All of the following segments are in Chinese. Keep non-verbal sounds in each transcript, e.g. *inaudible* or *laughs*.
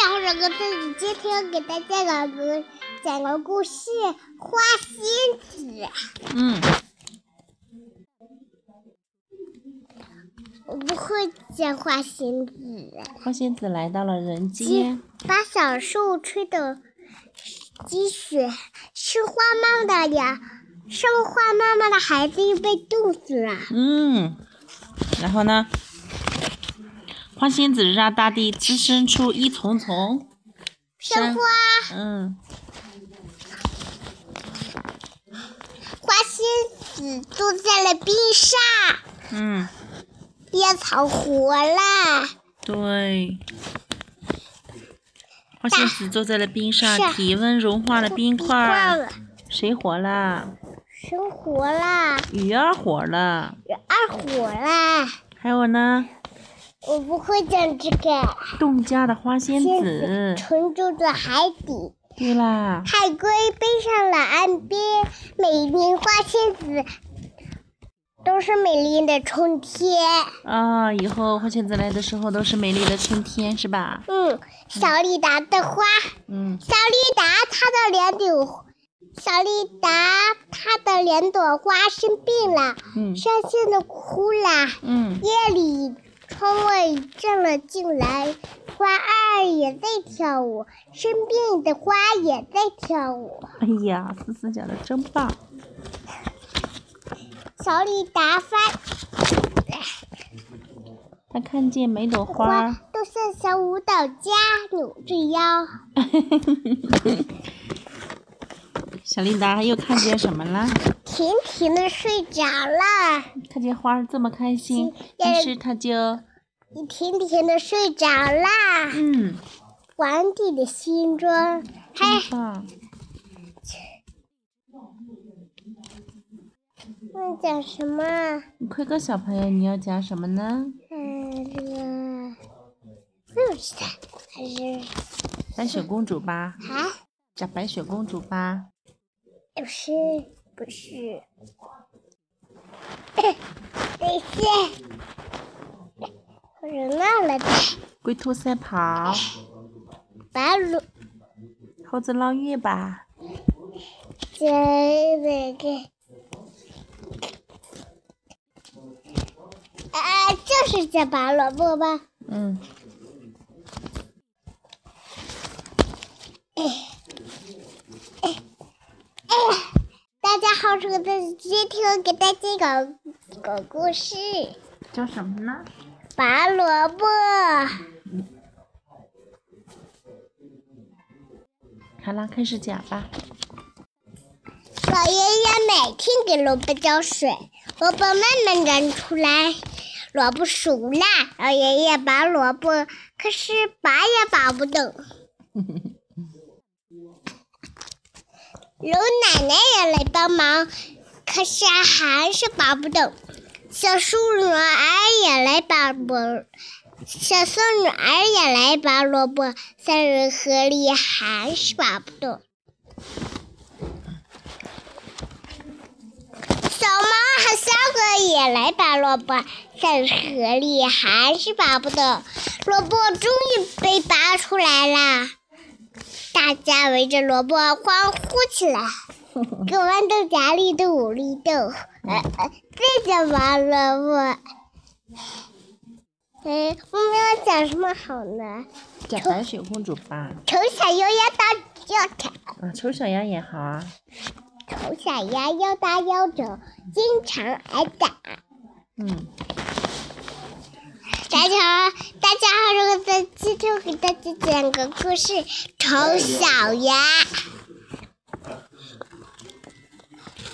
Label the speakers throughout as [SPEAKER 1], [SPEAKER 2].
[SPEAKER 1] 小红老哥自己今天给大家讲个讲个故事，《花仙子》。
[SPEAKER 2] 嗯，
[SPEAKER 1] 我不会讲花仙子，
[SPEAKER 2] 花仙子来到了人间，
[SPEAKER 1] 把小树吹得积雪，是花妈妈的呀。生花妈妈的孩子又被冻死了。
[SPEAKER 2] 嗯，然后呢，花仙子让大地滋生出一丛丛，
[SPEAKER 1] 生
[SPEAKER 2] 生
[SPEAKER 1] 花
[SPEAKER 2] 嗯，
[SPEAKER 1] 花仙子坐在了冰上，
[SPEAKER 2] 嗯，
[SPEAKER 1] 烟草活了。
[SPEAKER 2] 对。花仙子坐在了冰上
[SPEAKER 1] 是，
[SPEAKER 2] 体温融化了啊冰块
[SPEAKER 1] 快
[SPEAKER 2] 儿。
[SPEAKER 1] 了，
[SPEAKER 2] 谁活了？
[SPEAKER 1] 生活啦，
[SPEAKER 2] 鱼儿活了。
[SPEAKER 1] 二火啦。
[SPEAKER 2] 还有呢，
[SPEAKER 1] 我不会讲这个。
[SPEAKER 2] 冻僵的花仙
[SPEAKER 1] 仙
[SPEAKER 2] 子。嗯
[SPEAKER 1] 沉住的海底，
[SPEAKER 2] 对啦，
[SPEAKER 1] 海龟背上了岸边，美丽花仙子都是美丽的春天。
[SPEAKER 2] 啊，以后花仙子来的时候都是美丽的春天，是吧？
[SPEAKER 1] 嗯，小丽达的花，
[SPEAKER 2] 嗯
[SPEAKER 1] 小丽达她的两朵，小丽达她的两朵花生病了，
[SPEAKER 2] 嗯
[SPEAKER 1] 伤心的哭了。
[SPEAKER 2] 嗯
[SPEAKER 1] 夜里窗外照了进来，花儿也在跳舞，身边的花也在跳舞。
[SPEAKER 2] 哎呀，思思讲的真棒。
[SPEAKER 1] 小李达发
[SPEAKER 2] 他看见每朵花
[SPEAKER 1] 花
[SPEAKER 2] 儿，
[SPEAKER 1] 都像小舞蹈家扭着腰，
[SPEAKER 2] 小琳达又看见什么啦？
[SPEAKER 1] 甜甜的睡着了，
[SPEAKER 2] 看见花儿这么开心，
[SPEAKER 1] 嗯
[SPEAKER 2] 于是他就
[SPEAKER 1] 你甜甜的睡着啦。
[SPEAKER 2] 嗯，
[SPEAKER 1] 皇帝的心中哎还
[SPEAKER 2] 真棒。
[SPEAKER 1] 那讲什么？
[SPEAKER 2] 你快哥小朋友，你要讲什么呢？
[SPEAKER 1] 嗯，这个又是他，还是
[SPEAKER 2] 白雪公主吧，
[SPEAKER 1] 啊？
[SPEAKER 2] 讲白雪公主吧。
[SPEAKER 1] 不是，不是。等一下，我惹闹了他。
[SPEAKER 2] 龟兔赛跑，
[SPEAKER 1] 白鹿
[SPEAKER 2] 猴子捞月吧，
[SPEAKER 1] 这那个，啊，就是这拔萝卜吧？
[SPEAKER 2] 嗯，
[SPEAKER 1] 哎大家好，这个是今天给大家讲个故事，
[SPEAKER 2] 叫什么呢？
[SPEAKER 1] 拔萝卜。
[SPEAKER 2] 好啦，开始讲吧。
[SPEAKER 1] 老爷爷每天给萝卜浇水，萝卜慢慢长出来，萝卜熟了，老爷爷拔萝卜，可是拔也拔不动。老奶奶也来帮忙，可是还是拔不动。小树女儿也来拔萝，小树女儿也来拔萝卜，三人合力还是拔不动。小猫和小狗也来拔萝卜，但是河里还是拔不动。萝卜终于被拔出来啦！大家围着萝卜欢呼起来，各豌豆荚绿豆五绿豆，呃呃，这叫拔萝卜。哎，我们要讲什么好呢？
[SPEAKER 2] 讲白雪公主吧。
[SPEAKER 1] 丑小鸭要当要看。
[SPEAKER 2] 啊，丑小鸭也好啊。
[SPEAKER 1] 丑小鸭又大又丑，经常挨打。
[SPEAKER 2] 嗯，
[SPEAKER 1] 大家好，大家好，我在今天给大家讲个故事《丑小鸭》。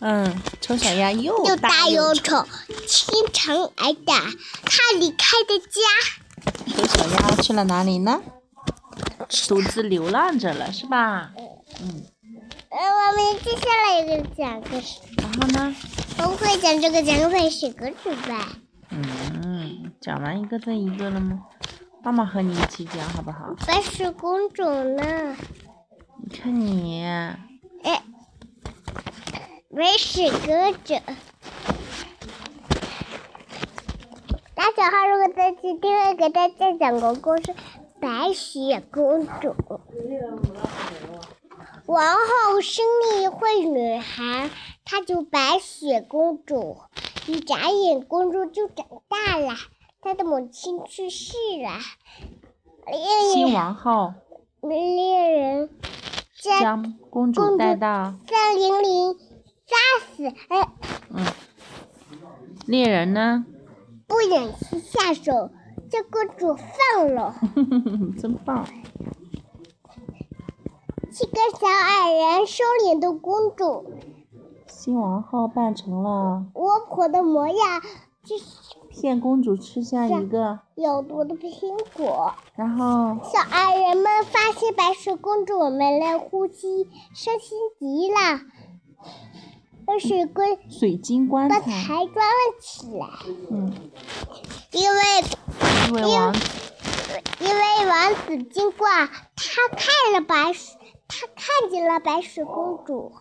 [SPEAKER 2] 嗯，丑小鸭又
[SPEAKER 1] 又
[SPEAKER 2] 大
[SPEAKER 1] 大又
[SPEAKER 2] 丑
[SPEAKER 1] 丑，经常挨打。它离开的家，
[SPEAKER 2] 丑小鸭去了哪里呢？独自流浪着了，是吧？
[SPEAKER 1] 呃，我们接下来一个讲故事，
[SPEAKER 2] 然后呢？
[SPEAKER 1] 我会讲这个讲个白雪公主吧。
[SPEAKER 2] 嗯，讲完一个再一个了吗？妈妈和你一起讲好不好？
[SPEAKER 1] 白雪公主呢？
[SPEAKER 2] 你看你，
[SPEAKER 1] 哎，白雪公主。大家好，如果在今天给大家讲个故事，《白雪公主，王后生了一位女孩，她就白雪公主。一眨眼，公主就长大了，她的母亲去世了。令
[SPEAKER 2] 新
[SPEAKER 1] 人
[SPEAKER 2] 王后
[SPEAKER 1] 令人在
[SPEAKER 2] 将
[SPEAKER 1] 公
[SPEAKER 2] 公主
[SPEAKER 1] 主
[SPEAKER 2] 带到，
[SPEAKER 1] 三零零杀死，哎，
[SPEAKER 2] 嗯，猎人呢？
[SPEAKER 1] 不忍心下手，将公主放了。
[SPEAKER 2] *laughs* 真棒！
[SPEAKER 1] 七个小矮人收领的公主，
[SPEAKER 2] 新王后扮成了
[SPEAKER 1] 窝婆的模样，就是
[SPEAKER 2] 骗公主吃下一个，
[SPEAKER 1] 有毒的苹果。
[SPEAKER 2] 然后
[SPEAKER 1] 小矮人们发现白雪公主没了呼吸，伤心极了，把水龟
[SPEAKER 2] 水晶棺
[SPEAKER 1] 把
[SPEAKER 2] 材，
[SPEAKER 1] 才装了起来，
[SPEAKER 2] 嗯，
[SPEAKER 1] 因为
[SPEAKER 2] 因为
[SPEAKER 1] 因为
[SPEAKER 2] 王
[SPEAKER 1] 因为王子经过，他看了白雪，他看见了白雪公主，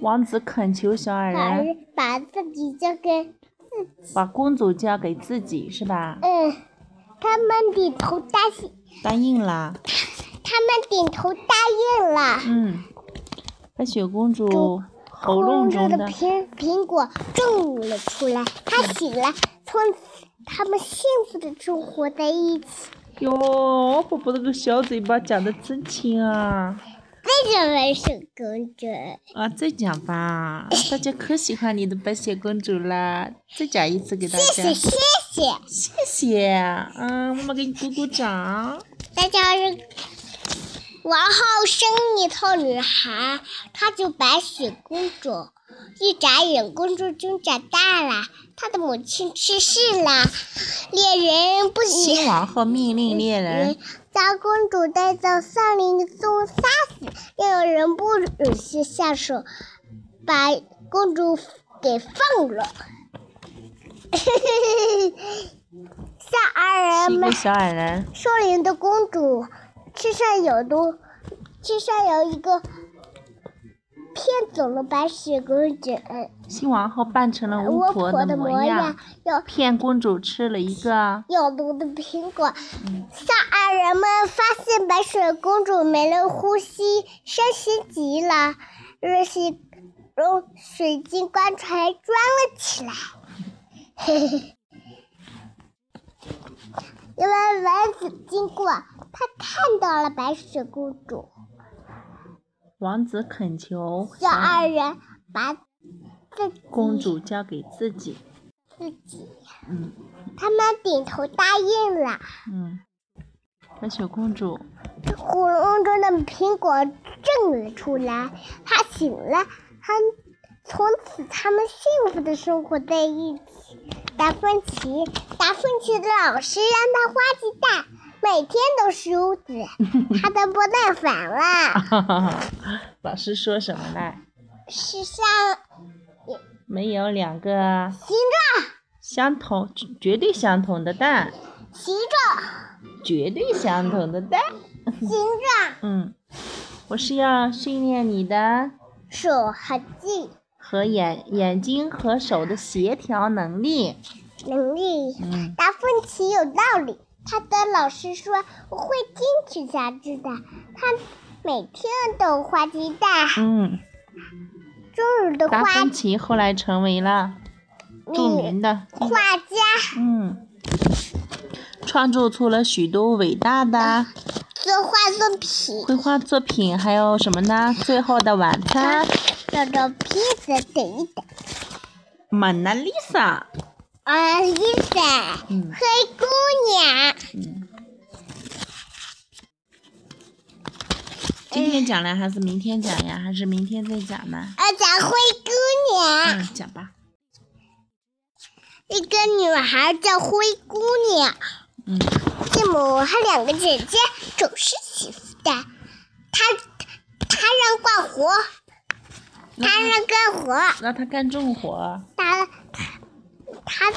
[SPEAKER 2] 王子恳求小矮
[SPEAKER 1] 把
[SPEAKER 2] 人
[SPEAKER 1] 把自己交给
[SPEAKER 2] 把公主嫁给自己，是吧？
[SPEAKER 1] 嗯，他们点头答应，
[SPEAKER 2] 答应啦，
[SPEAKER 1] 他们点头答应了。
[SPEAKER 2] 嗯，白雪公主喉咙
[SPEAKER 1] 公主
[SPEAKER 2] 中
[SPEAKER 1] 的
[SPEAKER 2] 的
[SPEAKER 1] 苹苹果种了出来，她醒了，从此他们幸福的生活在一起。
[SPEAKER 2] 哟，宝宝那个小嘴巴讲的真亲啊！
[SPEAKER 1] 为什么是公主？
[SPEAKER 2] 啊，再讲吧，大家可喜欢你的白雪公主啦！再讲一次给大
[SPEAKER 1] 谢谢
[SPEAKER 2] 家，
[SPEAKER 1] 谢谢，
[SPEAKER 2] 谢谢，嗯，妈妈给你鼓鼓掌。
[SPEAKER 1] 大家是王后生一头女孩，她就白雪公主。一眨眼，公主就长大了，她的母亲去世了，猎人不行。
[SPEAKER 2] 新王后命令猎人，
[SPEAKER 1] 将公主带到森林中杀死，猎人不忍心下手，把公主给放了。 *laughs* 小矮
[SPEAKER 2] 七
[SPEAKER 1] 人
[SPEAKER 2] 个
[SPEAKER 1] 们
[SPEAKER 2] 小矮人，
[SPEAKER 1] 收领的公主身上有毒，身上有一个骗走了白雪公主，呃
[SPEAKER 2] 新王后扮成了巫
[SPEAKER 1] 巫
[SPEAKER 2] 婆
[SPEAKER 1] 婆的
[SPEAKER 2] 的
[SPEAKER 1] 模
[SPEAKER 2] 模样
[SPEAKER 1] 样，有
[SPEAKER 2] 骗公主吃了一个，
[SPEAKER 1] 有毒的苹果。
[SPEAKER 2] 嗯
[SPEAKER 1] 小矮人们发现白雪公主没了呼吸，伤心极了，于是用水晶棺材装了起来。 *laughs* 嘿嘿，因为王子经过，他看到了白雪公主。
[SPEAKER 2] 王子恳求
[SPEAKER 1] 小矮人把自己
[SPEAKER 2] 公主交给自己。
[SPEAKER 1] 自己，
[SPEAKER 2] 嗯
[SPEAKER 1] 他们点头答应了。
[SPEAKER 2] 嗯，白雪公主
[SPEAKER 1] 喉咙中的苹果挣了出来，他醒了，他从此他们幸福的生活在一起。达芬奇，达芬奇的老师让他画鸡蛋，每天都梳子，他都不耐烦了。
[SPEAKER 2] 哈哈哈， *laughs* 老师说什么来？
[SPEAKER 1] 世上
[SPEAKER 2] 没有两个
[SPEAKER 1] 形状，
[SPEAKER 2] 相同、绝对相同的蛋，
[SPEAKER 1] 形状，
[SPEAKER 2] 绝对相同的蛋。
[SPEAKER 1] 形状，
[SPEAKER 2] 嗯，我是要训练你的
[SPEAKER 1] 手和技
[SPEAKER 2] 和眼眼睛和手的协调能力。
[SPEAKER 1] 能力。
[SPEAKER 2] 嗯，
[SPEAKER 1] 达芬奇有道理，他的老师说我会坚持下去的。他每天都画鸡蛋，
[SPEAKER 2] 嗯，
[SPEAKER 1] 终于都
[SPEAKER 2] 达
[SPEAKER 1] 画
[SPEAKER 2] 芬奇后来成为了著
[SPEAKER 1] 女
[SPEAKER 2] 名的，
[SPEAKER 1] 画家，
[SPEAKER 2] 嗯，创作出了许多伟大的
[SPEAKER 1] 做化作品，
[SPEAKER 2] 绘画作品，还有什么呢？《最后的晚餐》《
[SPEAKER 1] 找找披萨等一等，
[SPEAKER 2] 蒙娜丽莎》。
[SPEAKER 1] 啊，伊莎，
[SPEAKER 2] 嗯
[SPEAKER 1] 灰姑娘，
[SPEAKER 2] 今天讲呢，还是明天讲呀？还是明天再讲呢？
[SPEAKER 1] 啊，讲灰姑娘，
[SPEAKER 2] 嗯，讲吧。
[SPEAKER 1] 一个女孩叫灰姑娘，
[SPEAKER 2] 嗯，
[SPEAKER 1] 继母和两个姐姐总是欺负她，她她让干活，她让干活。
[SPEAKER 2] 让他干重活。
[SPEAKER 1] 他他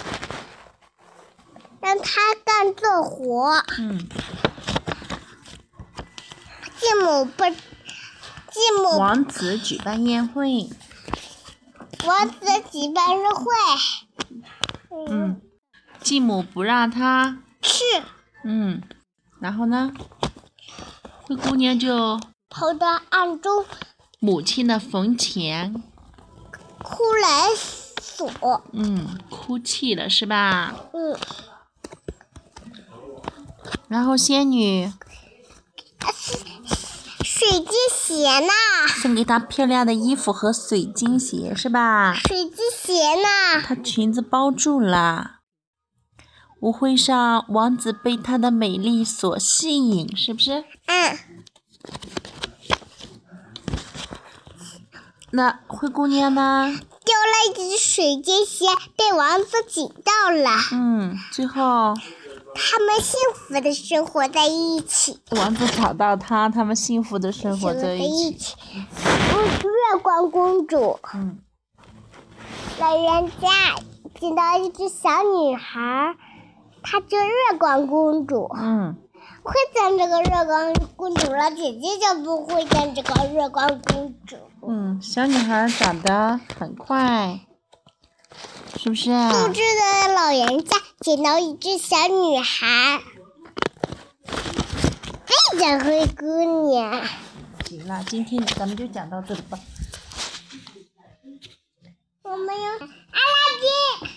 [SPEAKER 1] 让他干这活，
[SPEAKER 2] 嗯，
[SPEAKER 1] 继母不，继母
[SPEAKER 2] 嗯王子举办宴会。
[SPEAKER 1] 王子举办日会，
[SPEAKER 2] 嗯嗯，继母不让他。
[SPEAKER 1] 是
[SPEAKER 2] 嗯，然后呢？灰姑娘就
[SPEAKER 1] 跑到暗中
[SPEAKER 2] 母亲的坟前，
[SPEAKER 1] 哭来锁。
[SPEAKER 2] 嗯，哭泣了是吧？
[SPEAKER 1] 嗯，
[SPEAKER 2] 然后仙女
[SPEAKER 1] 水晶鞋呢？
[SPEAKER 2] 送给她漂亮的衣服和水晶鞋是吧？
[SPEAKER 1] 水晶鞋呢？
[SPEAKER 2] 她裙子包住了。舞会上，王子被她的美丽所吸引，是不是？
[SPEAKER 1] 嗯，
[SPEAKER 2] 那灰姑娘呢？
[SPEAKER 1] 丢了一只水晶鞋，被王子捡到了。
[SPEAKER 2] 嗯，最后
[SPEAKER 1] 他们幸福的生活在一起，
[SPEAKER 2] 王子找到她，他们幸福的生活在一起。
[SPEAKER 1] 一起。嗯，月光公主
[SPEAKER 2] 嗯，
[SPEAKER 1] 老人家捡到一只小女孩儿，她叫月光公主。
[SPEAKER 2] 嗯，
[SPEAKER 1] 会讲这个月光公主了，姐姐就不会讲这个月光公主。
[SPEAKER 2] 嗯，小女孩长得很快，是不是？啊
[SPEAKER 1] 幼稚的老人家捡到一只小女孩，非常灰姑娘。
[SPEAKER 2] 行了，今天咱们就讲到这里吧。
[SPEAKER 1] 我们有阿拉丁。